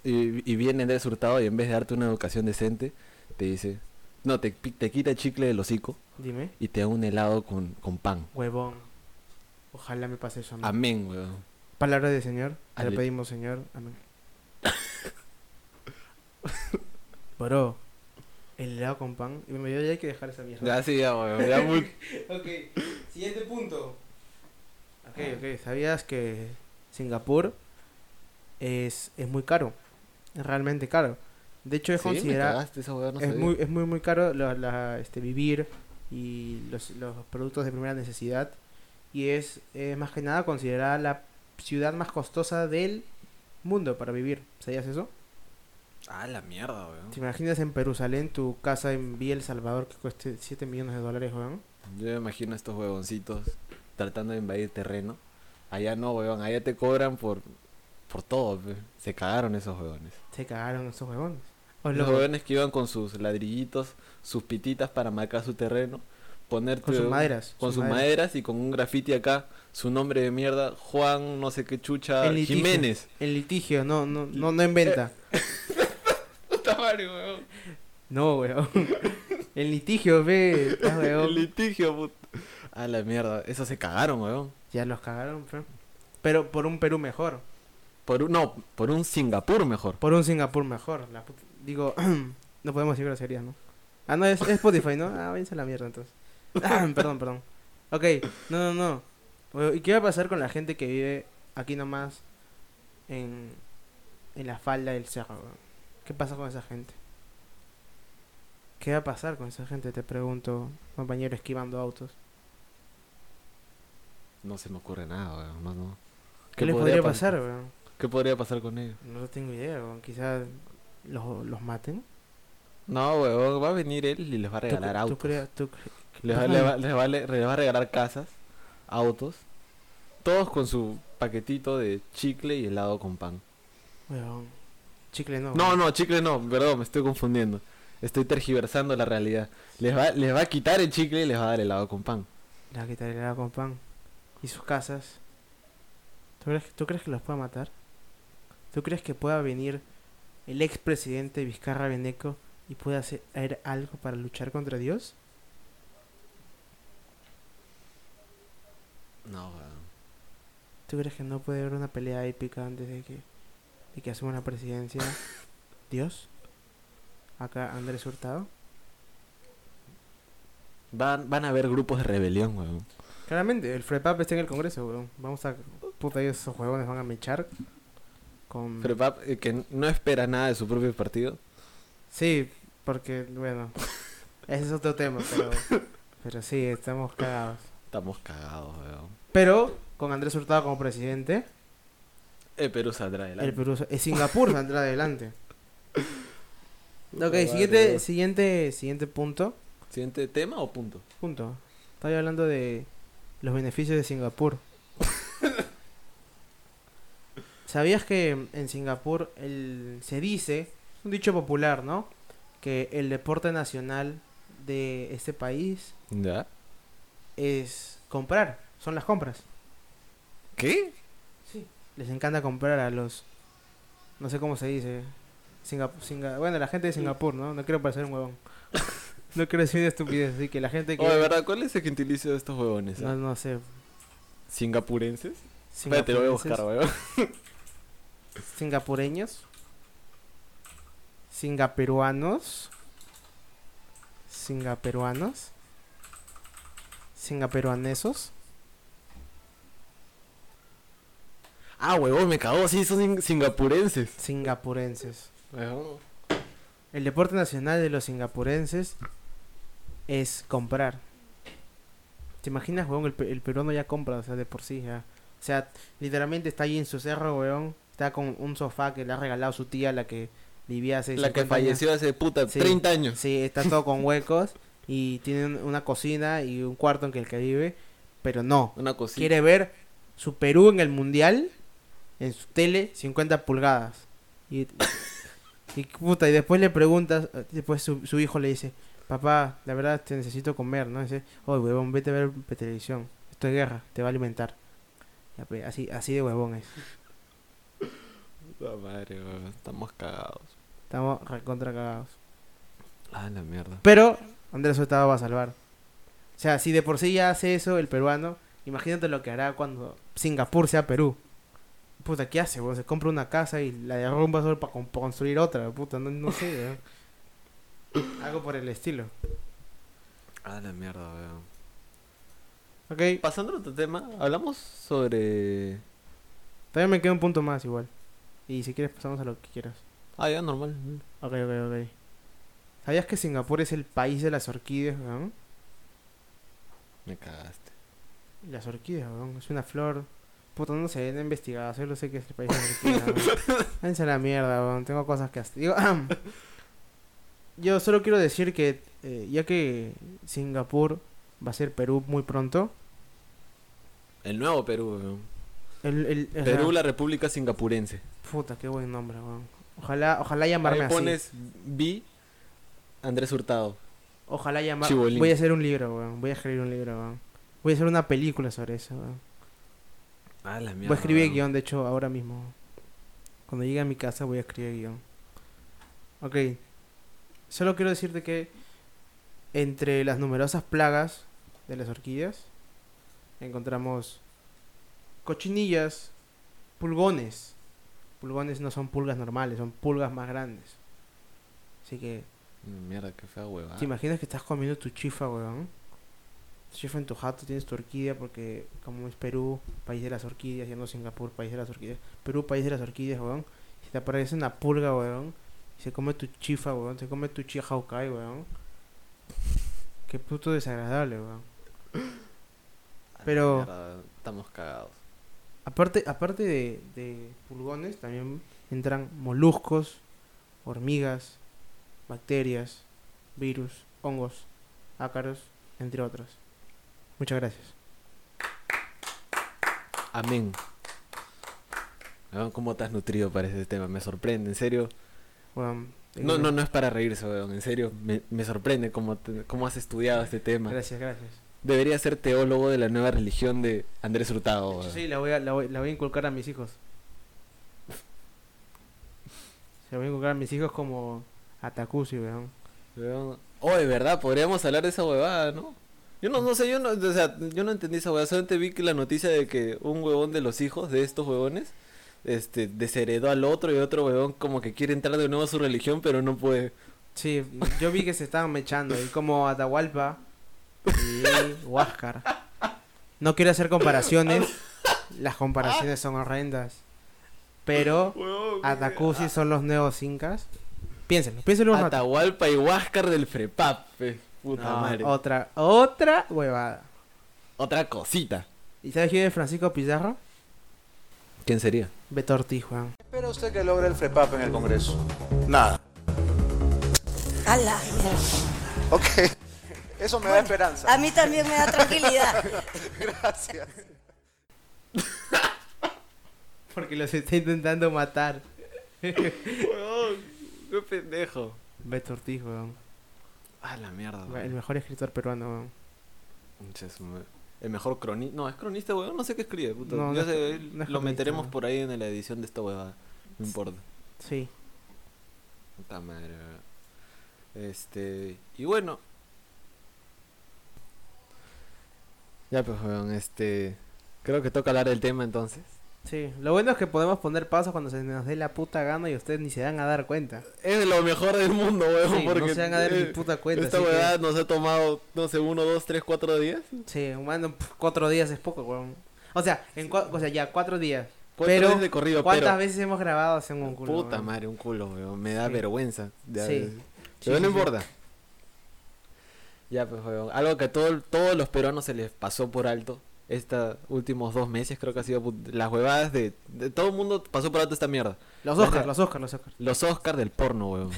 S4: y, y viene Andrés Hurtado y en vez de darte una educación decente, te dice, no, te, pi- te quita el chicle del hocico
S3: Dime.
S4: y te da un helado con, con pan.
S3: Huevón. Ojalá me pase eso a mí.
S4: Amén, huevón.
S3: Palabra de Señor. Te
S4: Ale-
S3: lo pedimos, Señor. Amén. Bro. El helado con pan. Y me ya hay que dejar esa mierda.
S4: Ya sí, ya, huevón, ya muy-
S3: Ok. Siguiente punto. Ok, ok. ¿Sabías que Singapur es, es muy caro? Es realmente caro. De hecho, es
S4: Sí, me
S3: considerado.
S4: cagaste, esa hueá no
S3: es,
S4: sabía.
S3: muy, es muy, muy caro la, la, este, vivir y los, los productos de primera necesidad. Y es eh, más que nada considerada la ciudad más costosa del mundo para vivir. ¿Sabías eso?
S4: Ah, la mierda, weón.
S3: ¿Te imaginas en Perusalén tu casa en Vía El Salvador que cueste 7 millones de dólares, weón?
S4: Yo me imagino a estos huevoncitos tratando de invadir terreno. Allá no, huevón. Allá te cobran por, por todo. pe. Se cagaron esos huevones.
S3: Se cagaron esos huevones. O
S4: Los
S3: lo-
S4: huevones que iban con sus ladrillitos, sus pititas para marcar su terreno. Poner
S3: Con
S4: tu-
S3: sus maderas,
S4: Con
S3: sus
S4: sus maderas.
S3: maderas.
S4: y con un grafiti acá. Su nombre de mierda, Juan, no sé qué chucha,
S3: en litigio,
S4: Jiménez.
S3: En litigio, no, no, no, no en venta.
S4: Puta madre, huevón.
S3: No, weón. En litigio, ve. ya, weón.
S4: El litigio, puta. A la mierda. Eso se cagaron, huevón.
S3: Ya los cagaron, fe. Pero por un Perú mejor.
S4: Por un, no, por un Singapur mejor.
S3: Por un Singapur mejor. la put- Digo, no podemos decir groserías, ¿no? Ah, no, es, es Spotify, ¿no? Ah, váyanse a la mierda entonces. Ah, perdón, perdón. Ok, no, no, no. Bueno, ¿Y qué va a pasar con la gente que vive aquí nomás en, en la falda del cerro? weón? ¿Qué pasa con esa gente? ¿Qué va a pasar con esa gente? Te pregunto, compañero, esquivando autos.
S4: No se me ocurre nada, weón. No, no.
S3: ¿Qué, les podría pasar, weón?
S4: ¿Qué podría pasar con ellos?
S3: No tengo idea, weón. Quizás los, los maten.
S4: No, weón, va a venir él y les va a
S3: ¿Tú
S4: regalar
S3: cre- tú
S4: autos.
S3: crea- tú cre-
S4: les, va,
S3: Ajá.
S4: les va- les va- les va a regalar casas, autos, todos con su paquetito de chicle y helado con pan.
S3: Weón. Chicle no.
S4: No,
S3: weón.
S4: no, chicle no, perdón, me estoy confundiendo. Estoy tergiversando la realidad. Les va, les va a quitar el chicle y les va a dar helado con pan.
S3: La guitarrera con pan. Y sus casas. ¿Tú crees, ¿Tú crees que los pueda matar? ¿Tú crees que pueda venir el expresidente Vizcarra Beneco y pueda hacer hacer algo para luchar contra Dios?
S4: No, weón.
S3: ¿Tú crees que no puede haber una pelea épica antes de que, de que asuma la presidencia Dios? Acá Andrés Hurtado.
S4: Van, van a haber grupos de rebelión, weón.
S3: Claramente, el FREPAP está en el Congreso, weón. Vamos a... Puta, esos juegones van a mechar con...
S4: Pero pap, eh, que no espera nada de su propio partido.
S3: Sí, porque, bueno, ese es otro tema, pero, pero sí, estamos cagados.
S4: Estamos cagados, weón.
S3: Pero, con Andrés Hurtado como presidente,
S4: El Perú saldrá adelante.
S3: el Perú, eh, Singapur saldrá adelante.
S4: Puta
S3: Ok,
S4: madre,
S3: siguiente,
S4: weón.
S3: siguiente, siguiente punto.
S4: ¿Siguiente tema o punto?
S3: Punto. Estaba hablando de los beneficios de Singapur. ¿Sabías que en Singapur el, se dice, un dicho popular, ¿no? Que el deporte nacional de este país
S4: ¿Ya?
S3: es comprar, son las compras.
S4: ¿Qué?
S3: Sí. Les encanta comprar a los, no sé cómo se dice, Singapur, bueno, la gente de Singapur, ¿no? No quiero parecer un huevón. No quiero decir una estupidez, así que la gente que...
S4: Oh, de verdad, ¿cuál es el gentilicio de estos huevones?
S3: no,
S4: ah?
S3: no sé.
S4: ¿Singapurenses? Espérate, lo voy a buscar,
S3: singapurenses,
S4: huevón.
S3: Singapureños. Singaperuanos. Singaperuanos. Singaperuanesos.
S4: Ah, huevón, me cagó, sí, son sing- singapurenses.
S3: Singapurenses.
S4: Huevón.
S3: El deporte nacional de los singapurenses es comprar. ¿Te imaginas, weón? El, pe- el peruano ya compra, o sea, de por sí ya. O sea, literalmente está ahí en su cerro, weón. Está con un sofá que le ha regalado su tía, la que vivía hace
S4: La que
S3: 50 años.
S4: falleció hace puta
S3: Sí.
S4: 30 años.
S3: Sí, está todo con huecos y tiene un- una cocina y un cuarto en que el que vive, pero no.
S4: Una cosita.
S3: Quiere ver su Perú en el Mundial en su tele 50 pulgadas. Y, y puta, y después le preguntas, después su, su hijo le dice, papá, la verdad te necesito comer, ¿no? Y dice, oh, huevón, vete a ver televisión, esto es guerra, te va a alimentar. Ya, pe, Así, así de huevón es.
S4: Puta madre, huevón, estamos cagados.
S3: Estamos recontra cagados.
S4: Ah, la mierda.
S3: Pero Andrés Hurtado va a salvar. O sea, si de por sí ya hace eso el peruano, imagínate lo que hará cuando Singapur sea Perú. Puta, ¿qué hace? weón? se compra una casa y la derrumba solo para construir otra. Puta, no, no sé. weón. Algo por el estilo.
S4: Ah, la mierda, huevón.
S3: Ok,
S4: Pasando a otro tema, hablamos sobre...
S3: todavía me queda un punto más igual. Y si quieres pasamos a lo que quieras.
S4: Ah, ya, normal.
S3: Ok, ok, ok. ¿Sabías que Singapur es el país de las orquídeas, weón?
S4: Me cagaste.
S3: Las orquídeas, weón. Es una flor. Puta, no sé, no he investigado. Solo sé que es el país de las orquídeas, weón. Váyanse a la mierda, weón. Tengo cosas que hacer. Digo, yo solo quiero decir que, eh, ya que Singapur va a ser Perú muy pronto.
S4: El nuevo Perú, weón.
S3: El, el- o sea,
S4: Perú, la República Singapurense.
S3: Puta, qué buen nombre, weón. Ojalá, ojalá llamarme
S4: Ahí
S3: así.
S4: pones B. Andrés Hurtado.
S3: Ojalá llamar.
S4: Chibolín.
S3: Voy a hacer un libro, weón. Voy a escribir un libro, weón. Voy a hacer una película sobre eso, weón.
S4: Ah, la mierda.
S3: Voy a escribir el
S4: weón.
S3: guión, de hecho, ahora mismo. Cuando llegue a mi casa voy a escribir el guión. Ok. Solo quiero decirte que entre las numerosas plagas de las orquídeas encontramos cochinillas, pulgones. Pulgones no son pulgas normales, son pulgas más grandes. Así que
S4: Mierda, qué fea huevada.
S3: ¿Te imaginas que estás comiendo tu chifa, weón? Tu chifa en tu jato, tienes tu orquídea, porque como es Perú, país de las orquídeas, ya no Singapur, país de las orquídeas. Perú, país de las orquídeas, weón. Si te aparece una pulga, weón, y se come tu chifa, weón, se come tu chihaukai, weón. Qué puto desagradable, weón.
S4: A la
S3: pero-
S4: mierda, estamos cagados.
S3: Aparte, aparte de, de pulgones, también entran moluscos, hormigas, bacterias, virus, hongos, ácaros, entre otros. Muchas gracias.
S4: Amén. Weón, ¿Cómo te has nutrido para este tema? Me sorprende, en serio.
S3: Bueno, eh,
S4: No, no, no es para reírse, weón. En serio, me, me sorprende cómo, te- cómo has estudiado este tema.
S3: Gracias, gracias.
S4: Debería ser teólogo de la nueva religión de Andrés Hurtado,
S3: Yo
S4: weón.
S3: sí, la voy, a, la, voy, la voy a inculcar a mis hijos. Se la voy a inculcar a mis hijos como Atacusi, weón.
S4: Weón. Oh, de verdad, podríamos hablar de esa huevada, ¿no? Yo no, no sé, yo no, o sea, yo no entendí esa huevada. Solamente vi que la noticia de que un huevón de los hijos de estos huevones este, desheredó al otro y otro huevón como que quiere entrar de nuevo a su religión, pero no puede.
S3: Sí, yo vi que se estaban mechando y como Atahualpa y Huáscar. No quiero hacer comparaciones, las comparaciones son horrendas. Pero Atacusi son los nuevos incas. Piénsenlo, piénsenlo un rato.
S4: Atahualpa y Huáscar del Frepap, fe. puta
S3: No,
S4: madre.
S3: otra, otra huevada.
S4: Otra cosita.
S3: ¿Y sabes quién es Francisco Pizarro?
S4: ¿Quién sería?
S3: Beto Ortiz, weón.
S7: espera usted que logre el FREPAP en el Congreso? Nada.
S8: A la mierda.
S7: Ok. Eso me da esperanza.
S8: A mí también me da tranquilidad.
S7: Gracias.
S3: Porque los está intentando matar.
S4: qué pendejo.
S3: Beto Ortiz, weón.
S4: Ah, la mierda.
S3: El mejor escritor peruano, weón.
S4: Muchas mu- El mejor cronista. No, es cronista, weón. No sé qué escribe, puta.
S3: No,
S4: Ya
S3: no es
S4: sé,
S3: cro-
S4: él-
S3: no es
S4: lo
S3: cronista,
S4: meteremos
S3: no.
S4: por ahí en la edición de esta huevada. No importa.
S3: Sí.
S4: Puta madre, weón. Este. Y bueno. Ya, pues, weón. Este. Creo que toca hablar del tema entonces.
S3: Sí, lo bueno es que podemos poner pausas cuando se nos dé la puta gana y ustedes ni se van a dar cuenta.
S4: Es lo mejor del mundo, weón.
S3: Sí, no
S4: porque
S3: se van a dar ni
S4: eh,
S3: puta cuenta,
S4: Esta
S3: así que-
S4: huevada nos ha tomado, no sé, uno, dos, tres, cuatro días.
S3: Sí, humano, pf, cuatro días es poco, weón. O sea, en cua- o sea, ya, cuatro días.
S4: Cuatro
S3: pero,
S4: días de corrido,
S3: ¿cuántas
S4: pero-
S3: veces hemos grabado hace un culo?
S4: Puta
S3: weón?
S4: madre, un culo, weón. Me da
S3: Sí.
S4: vergüenza. Ya,
S3: Sí.
S4: eh,
S3: Sí,
S4: Pero
S3: sí,
S4: no
S3: sí.
S4: importa. Ya, pues, weón. Algo que a todo, todos los peruanos se les pasó por alto. Estos últimos dos meses creo que ha sido put- las huevadas de, de todo el mundo pasó por alto esta mierda.
S3: Los
S4: Las-
S3: Oscars, los Oscars, los Oscars.
S4: Los Oscars del porno, weón.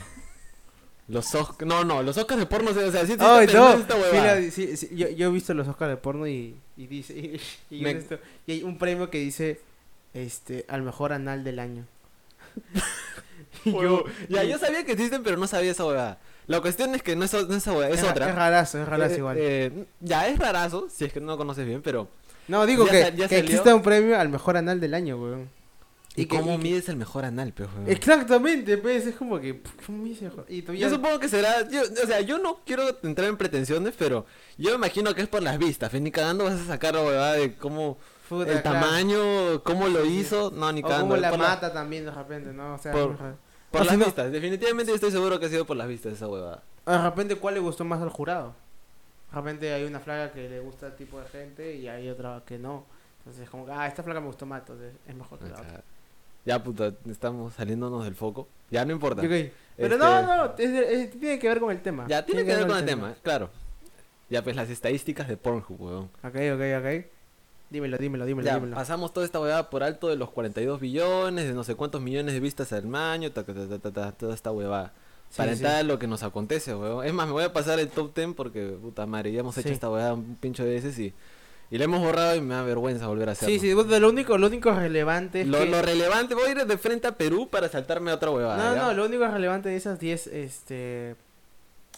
S4: Los Oscars... No, no, los Oscars del porno... O sea, sí, sí, está
S3: Ay,
S4: pensando
S3: no.
S4: en esta
S3: Sí,
S4: huevada.
S3: la- sí, sí, yo, yo he visto los Oscars de porno y, y dice. Y, y
S4: Me-
S3: esto- y hay un premio que dice: Este, al mejor anal del año. Y
S4: Huevón. ya,
S3: y-
S4: yo sabía que existen, pero no sabía esa huevada. La cuestión es que no es, no es esa huevada, es,
S3: ra-
S4: otra.
S3: Es rarazo, es rarazo
S4: Eh,
S3: igual.
S4: eh, ya, es rarazo, si es que no lo conoces bien, pero...
S3: No, digo
S4: Ya
S3: que,
S4: sa- ya
S3: que
S4: salió.
S3: exista un premio al mejor anal del año, weón.
S4: ¿Y,
S3: que-
S4: cómo
S3: que-
S4: mides el mejor anal, pues, weón?
S3: Exactamente, pues, es como que... pff, ¿Cómo me dice? Y tú ya-
S4: Yo supongo que será. yo- o sea, yo no quiero entrar en pretensiones, pero yo me imagino que es por las vistas. Fe, ni cagando vas a sacar la huevada de cómo.
S3: Puta,
S4: el
S3: claro.
S4: tamaño, cómo lo hizo. No, ni
S3: O
S4: cagando.
S3: como
S4: es
S3: la
S4: por
S3: mata también de repente, ¿no? O sea,
S4: Por-
S3: no sé.
S4: por
S3: O
S4: las
S3: si no-
S4: vistas. Definitivamente yo estoy seguro que ha sido por las vistas esa huevada.
S3: de repente, ¿cuál le gustó más al jurado? De repente hay una flaca que le gusta el tipo de gente y hay otra que no. Entonces, como que, ah, esta flaca me gustó más, entonces es mejor que la otra.
S4: Ya, puta, estamos saliéndonos del foco. Ya no importa.
S3: Ok. Pero
S4: Este,
S3: no, no, es de- es- tiene que ver con el tema.
S4: Ya, tiene que ver con el tema, claro. Ya, pues las estadísticas de Pornhub, weón.
S3: Ok, ok, ok. Dímelo, dímelo, dímelo,
S4: Ya,
S3: dímelo.
S4: pasamos toda esta huevada por alto de los 42 billones, de no sé cuántos millones de vistas al año, ta, ta, ta, ta, ta, ta, toda esta huevada.
S3: Sí,
S4: Para
S3: sí.
S4: entrar a lo que nos acontece, weón. Es más, me voy a pasar el top 10 porque, puta madre, ya hemos hecho
S3: Sí.
S4: esta huevada un pincho de veces y, y la hemos borrado y me da vergüenza volver a hacerlo.
S3: Sí, sí, bueno, lo único, lo único relevante es
S4: Lo,
S3: que...
S4: lo relevante, voy a ir de frente a Perú para saltarme a otra huevada.
S3: No,
S4: ¿ya?
S3: no, lo único relevante de esas 10, este...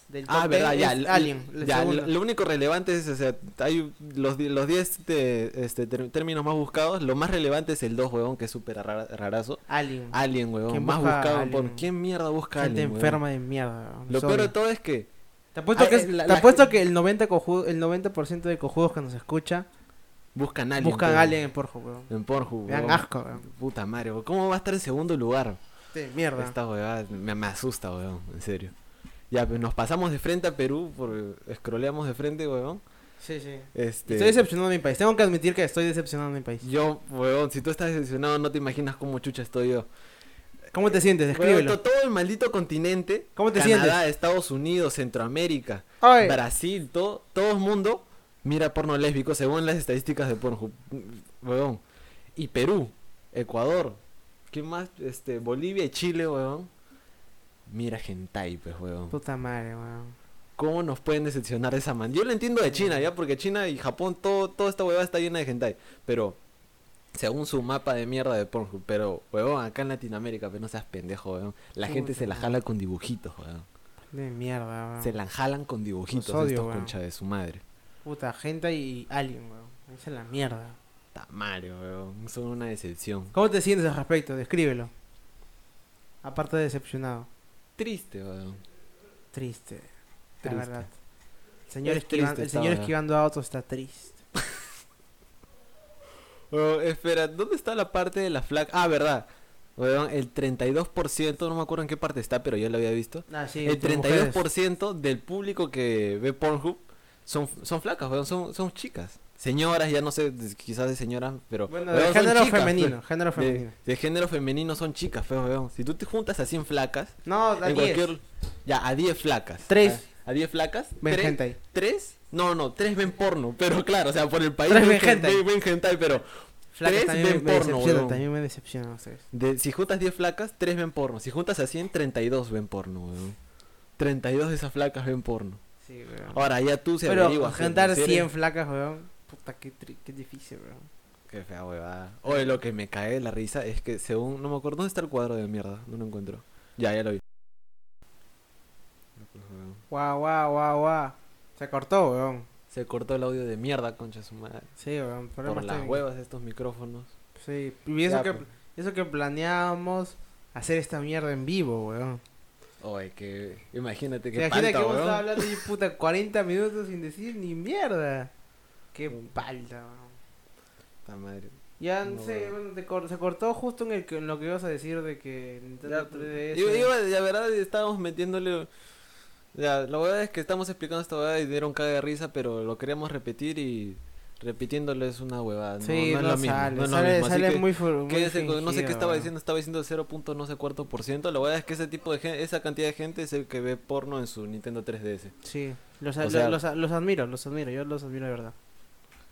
S3: Del
S4: Ah,
S3: top
S4: verdad,
S3: 10
S4: ya.
S3: es
S4: l-
S3: Alien, el
S4: ya,
S3: segundo.
S4: lo, lo único relevante es, o sea, hay los, di- los 10 de- este, ter- términos más buscados. Lo más relevante es el 2, huevón, que es súper rara- rarazo.
S3: Alien.
S4: Alien, huevón.
S3: ¿Quién
S4: Más
S3: busca
S4: buscado
S3: Alien?
S4: por. ¿Quién mierda
S3: Gente
S4: busca Ah, Alien? huevón?
S3: enferma de mierda.
S4: Lo
S3: sorry.
S4: peor de todo es que.
S3: Te apuesto,
S4: Ah,
S3: que,
S4: es la-
S3: te
S4: la
S3: apuesto
S4: gente-
S3: que el 90%, cojudo- el 90 de cojudos que nos escucha
S4: Buscan Alien.
S3: buscan
S4: pero-
S3: Alien en Porjo, weón.
S4: En Pornhub.
S3: Me dan
S4: huevón.
S3: asco, weón.
S4: Puta madre, huevón, ¿cómo va a estar en segundo lugar?
S3: Sí, mierda.
S4: Esta huevada me, me asusta, huevón, en serio. Ya, pues nos pasamos de frente a Perú, porque escroleamos de frente, huevón.
S3: Sí, sí.
S4: Este...
S3: Estoy decepcionado de mi país. Tengo que admitir que estoy decepcionado de mi país.
S4: Yo, huevón, si tú estás decepcionado, no te imaginas cómo chucha estoy yo.
S3: ¿Cómo te sientes?
S4: Huevón,
S3: Escríbelo.
S4: to- todo el maldito continente.
S3: ¿Cómo te
S4: Canadá,
S3: sientes?
S4: Estados Unidos, Centroamérica,
S3: Ay.
S4: Brasil, todo, todo el mundo mira porno lésbico según las estadísticas de Pornhub. Huevón. Y Perú, Ecuador, ¿qué más? Este, Bolivia y Chile, huevón. Mira hentai, pues, huevón.
S3: Puta madre, weón.
S4: ¿Cómo nos pueden decepcionar de esa man? Yo lo entiendo de China, ya, porque China y Japón, todo, toda esta huevada está llena de hentai. Pero, según su mapa de mierda de Pornhub, pero, huevón, acá en Latinoamérica, pero no seas pendejo, huevón. La gente se la jala con dibujitos, huevón.
S3: De mierda, weón.
S4: Se la jalan con dibujitos
S3: Ah. Los odio,
S4: estos
S3: huevón.
S4: concha de su madre.
S3: Puta, gente y alien, weón. Esa es la mierda.
S4: Tamario, huevón. Son una decepción.
S3: ¿Cómo te sientes al respecto? Descríbelo. Aparte de decepcionado.
S4: Triste, huevón.
S3: Triste. La
S4: Triste.
S3: verdad. El señor,
S4: Es
S3: esquivando,
S4: triste
S3: el
S4: esta
S3: señor
S4: weá.
S3: esquivando autos está triste.
S4: Huevón, espera, ¿dónde está la parte de la flag? Ah, verdad. Huevón, el 32%, no me acuerdo en qué parte está, pero yo lo había visto.
S3: Ah, sí,
S4: el
S3: entre
S4: 32%
S3: mujeres.
S4: del público que ve Pornhub son, son flacas, weón, son, son chicas. Señoras, ya no sé, de- quizás de señoras, pero.
S3: Bueno,
S4: weón,
S3: de
S4: son
S3: género
S4: chicas,
S3: femenino,
S4: fe.
S3: género
S4: De-
S3: femenino.
S4: De, género femenino son chicas, feo, weón. Si tú te juntas a 100 flacas,
S3: No, a
S4: en
S3: 10.
S4: cualquier. Ya, a 10 flacas.
S3: Tres.
S4: A, a 10 flacas.
S3: Ven
S4: tres-
S3: hentai.
S4: tres- No, no, tres ven porno, pero claro, o sea, por el país.
S3: Tres ven
S4: gen-
S3: hentai.
S4: ven hentai, pero.
S3: Flacas
S4: tres
S3: también
S4: ven
S3: me,
S4: porno,
S3: decepcionan,
S4: weón.
S3: también me decepcionan ustedes.
S4: De- si juntas 10 flacas, 3 ven porno. Si juntas a 100, 32 ven porno, weón. 32 de esas flacas ven porno.
S3: Sí, weón.
S4: Ahora ya tú se
S3: Pero
S4: averiguas. pues,
S3: cantar
S4: si eres-
S3: 100 flacas, weón. Puta, qué, tri- qué difícil, weón.
S4: Qué fea huevada. Oye, lo que me cae de la risa es que según... No me acuerdo dónde está el cuadro de mierda. No lo encuentro. Ya, ya lo vi.
S3: Guau, guau, guau, guau. Se cortó, weón.
S4: Se cortó el audio de mierda, concha su madre.
S3: Sí, weón. Por
S4: Por las huevas de estos micrófonos.
S3: Sí, y eso,
S4: Ya,
S3: que,
S4: pues.
S3: eso que planeábamos hacer esta mierda en vivo, weón.
S4: Oye, que... Imagínate que
S3: Imagina
S4: palta,
S3: que vos
S4: huevón.
S3: estabas hablando y puta 40 minutos sin decir ni mierda. Qué palta, weón.
S4: Puta madre.
S3: Ya, no
S4: No,
S3: sé,
S4: weón.
S3: bueno, te cor- se cortó justo en, el que- en lo que ibas a decir de que Nintendo
S4: Ya,
S3: 3DS...
S4: iba- iba- la verdad estábamos metiéndole... Ya, la verdad es que estamos explicando esta huevada y dieron caga de risa, pero lo queríamos repetir y repitiéndolo es una huevada. No,
S3: sí,
S4: no,
S3: no,
S4: es lo mismo.
S3: sale,
S4: no es lo
S3: sale,
S4: mismo. Así
S3: sale
S4: que
S3: muy, fu- muy
S4: quédense con- no sé
S3: fingido,
S4: qué estaba
S3: weón.
S4: diciendo, estaba diciendo 0. punto no sé cuarto por ciento. La verdad es que ese tipo de gente, esa cantidad de gente es el que ve porno en su Nintendo 3DS.
S3: Sí, los,
S4: O
S3: los-
S4: sea-
S3: los- los admiro, los admiro, yo los admiro de verdad.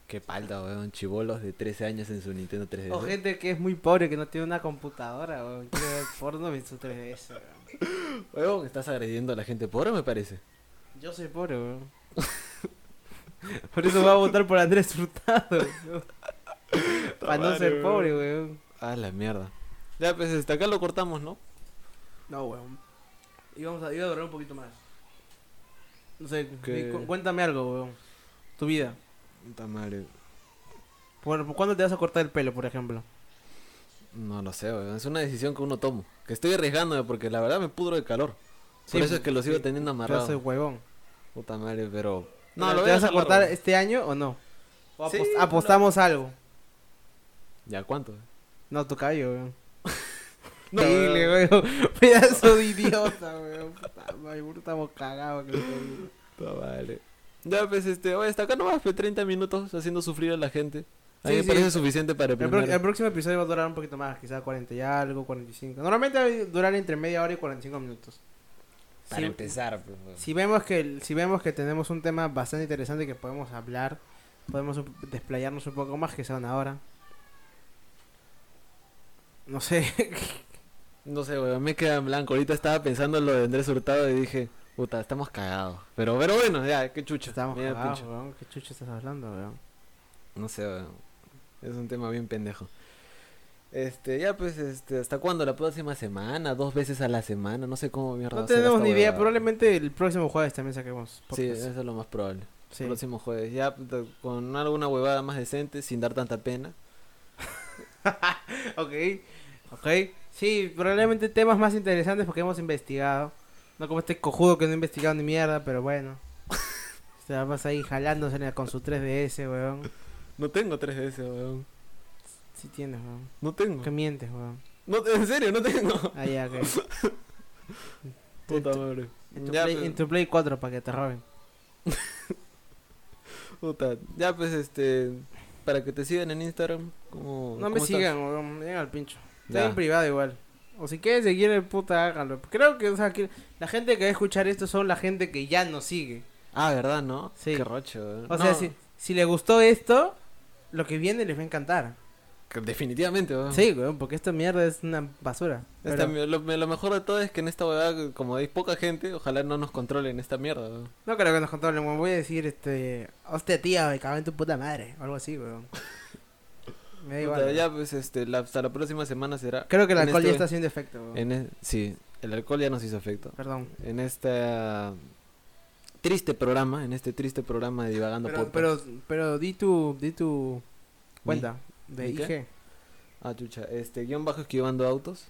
S4: Qué palda, weón. Chibolos de 13 años en su Nintendo 3DS.
S3: O gente que es muy pobre, que no tiene una computadora, weón, quiere ver porno en su 3DS. weón.
S4: Weón, estás agrediendo a la gente pobre, me parece.
S3: Yo soy pobre, weón. Por eso voy a votar por Andrés Hurtado, weón. Para no
S4: madre,
S3: ser
S4: weón.
S3: pobre, weón.
S4: Ah, la mierda. Ya, pues hasta acá lo cortamos, ¿no?
S3: No, weón. Y vamos a, iba a durar un poquito más. No sé,
S4: ¿Qué?
S3: di- cu- cuéntame algo, weón. Tu vida.
S4: Puta madre.
S3: Por, ¿Cuándo te vas a cortar el pelo, por ejemplo?
S4: No lo sé, weón. Es una decisión que uno toma. Que estoy arriesgándome porque la verdad me pudro de calor.
S3: Sí,
S4: Por eso es que lo sigo
S3: sí.
S4: teniendo
S3: Yo
S4: amarrado.
S3: soy huevón.
S4: Puta madre, pero.
S3: No, ¿Te vas a cortar este año o no? O
S4: Sí,
S3: apos-
S4: no.
S3: apostamos algo.
S4: ¿Ya cuánto? eh?
S3: No, tu cabello, weón.
S4: No,
S3: Dile, weón. Pedazo de idiota, weón. Puta madre, puta, estamos cagados. que no te digo.
S4: pues, Puta madre. Ya, pues este, oye, hasta acá nomás fue 30 minutos haciendo sufrir a la gente. A mí
S3: Sí,
S4: me
S3: sí.
S4: parece suficiente para el
S3: El,
S4: primer...
S3: pro- el próximo episodio va a durar un poquito más, quizás 40 y algo, 45. Normalmente va a durar entre media hora y 45 minutos.
S9: Para
S3: Sí.
S9: empezar. pues, weón.
S3: Si vemos que el- si vemos que tenemos un tema bastante interesante que podemos hablar, podemos un- desplayarnos un poco más que sea una hora. No sé.
S4: No sé, weón, me queda en blanco. Ahorita estaba pensando en lo de Andrés Hurtado y dije, puta, estamos cagados. Pero, pero bueno, ya, qué chucha.
S3: Estamos
S4: Mira,
S3: cagados,
S4: pinche.
S3: weón. ¿Qué chucho estás hablando, weón?
S4: No sé, weón. Es un tema bien pendejo. Este, ya pues, este, ¿hasta cuándo? ¿La próxima semana? ¿Dos veces a la semana? No sé cómo mierda.
S3: No
S4: hacer
S3: tenemos
S4: esta
S3: ni idea.
S4: huevada.
S3: Probablemente el próximo jueves también saquemos.
S4: Sí,
S3: podcast.
S4: eso es lo más probable.
S3: Sí.
S4: Próximo jueves. Ya puta, con alguna huevada más decente, sin dar tanta pena.
S3: Ok, ok. Sí, probablemente temas más interesantes porque hemos investigado. No como este cojudo que no ha investigado ni mierda, pero bueno. Se la pasa ahí jalándose con su 3DS, weón.
S4: No tengo 3DS, weón.
S3: Sí tienes, weón.
S4: No tengo.
S3: Que mientes, weón.
S4: No, te- en serio, no tengo.
S3: Ah, ya, ok.
S4: Puta madre.
S3: En tu,
S4: Ya,
S3: play,
S4: pues.
S3: en tu Play 4 para que te roben.
S4: Puta, ya pues este, para que te sigan en Instagram, como...
S3: No me sigan, weón. Llega al pincho. Está
S4: Ya.
S3: en privado igual. O si quieren seguir el puta, háganlo. Creo que, o sea, que la gente que va a escuchar esto son la gente que ya nos sigue.
S4: Ah, ¿verdad, no?
S3: Sí.
S4: Qué rocho, ¿eh?
S3: O
S4: No,
S3: sea, si, si les gustó esto, lo que viene les va a encantar.
S4: que Definitivamente, weón.
S3: Sí, weón, porque esta mierda es una basura.
S4: Esta
S3: Pero-
S4: mi- lo, lo mejor de todo es que en esta huevada, como hay poca gente, ojalá no nos controlen esta mierda, weón.
S3: No creo que nos controlen, weón. Voy a decir, este. Hostia, tía, me cago en tu puta madre. O algo así, weón. Me da igual.
S4: Puta,
S3: weón.
S4: ya pues este, la- hasta la próxima semana será...
S3: Creo que el
S4: en
S3: alcohol ya
S4: este-
S3: está haciendo efecto, weón.
S4: en e- Sí, el alcohol ya nos hizo efecto.
S3: Perdón.
S4: En este triste programa, en este triste programa de Divagando
S3: Pero,
S4: Podcast.
S3: pero, pero di tu. Di tu cuenta de
S4: ¿Mi
S3: IG.
S4: qué? Ah, chucha, este, guión bajo esquivando autos.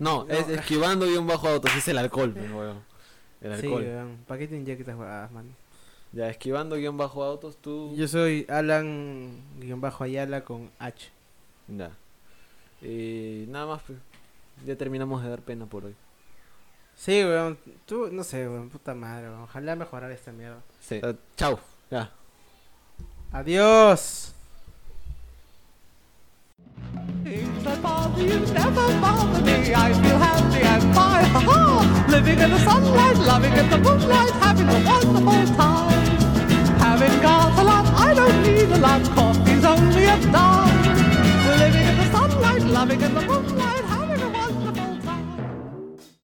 S4: No,
S3: No.
S4: es esquivando guión bajo autos, es el alcohol, pues, weón. El
S3: Sí, eh.
S4: alcohol.
S3: weón. ¿Para qué te inyectas, weón, man?
S4: ya, esquivando guión bajo autos, tú.
S3: Yo soy Alan guión bajo Ayala con H.
S4: Ya. Y nada más, pues, ya terminamos de dar pena por hoy.
S3: Sí, weón. Tú, no sé, weón. Puta madre, weón. Ojalá mejorar esta mierda.
S4: Sí. chao. Ya.
S3: Adiós.
S1: Things that bother you never bother me. I feel happy and fine. Ha ha! Living in the sunlight, loving in the moonlight, having a wonderful time. Having got a lot, I don't need a lot. Coffee's only a dime. Living in the sunlight, loving in the moonlight.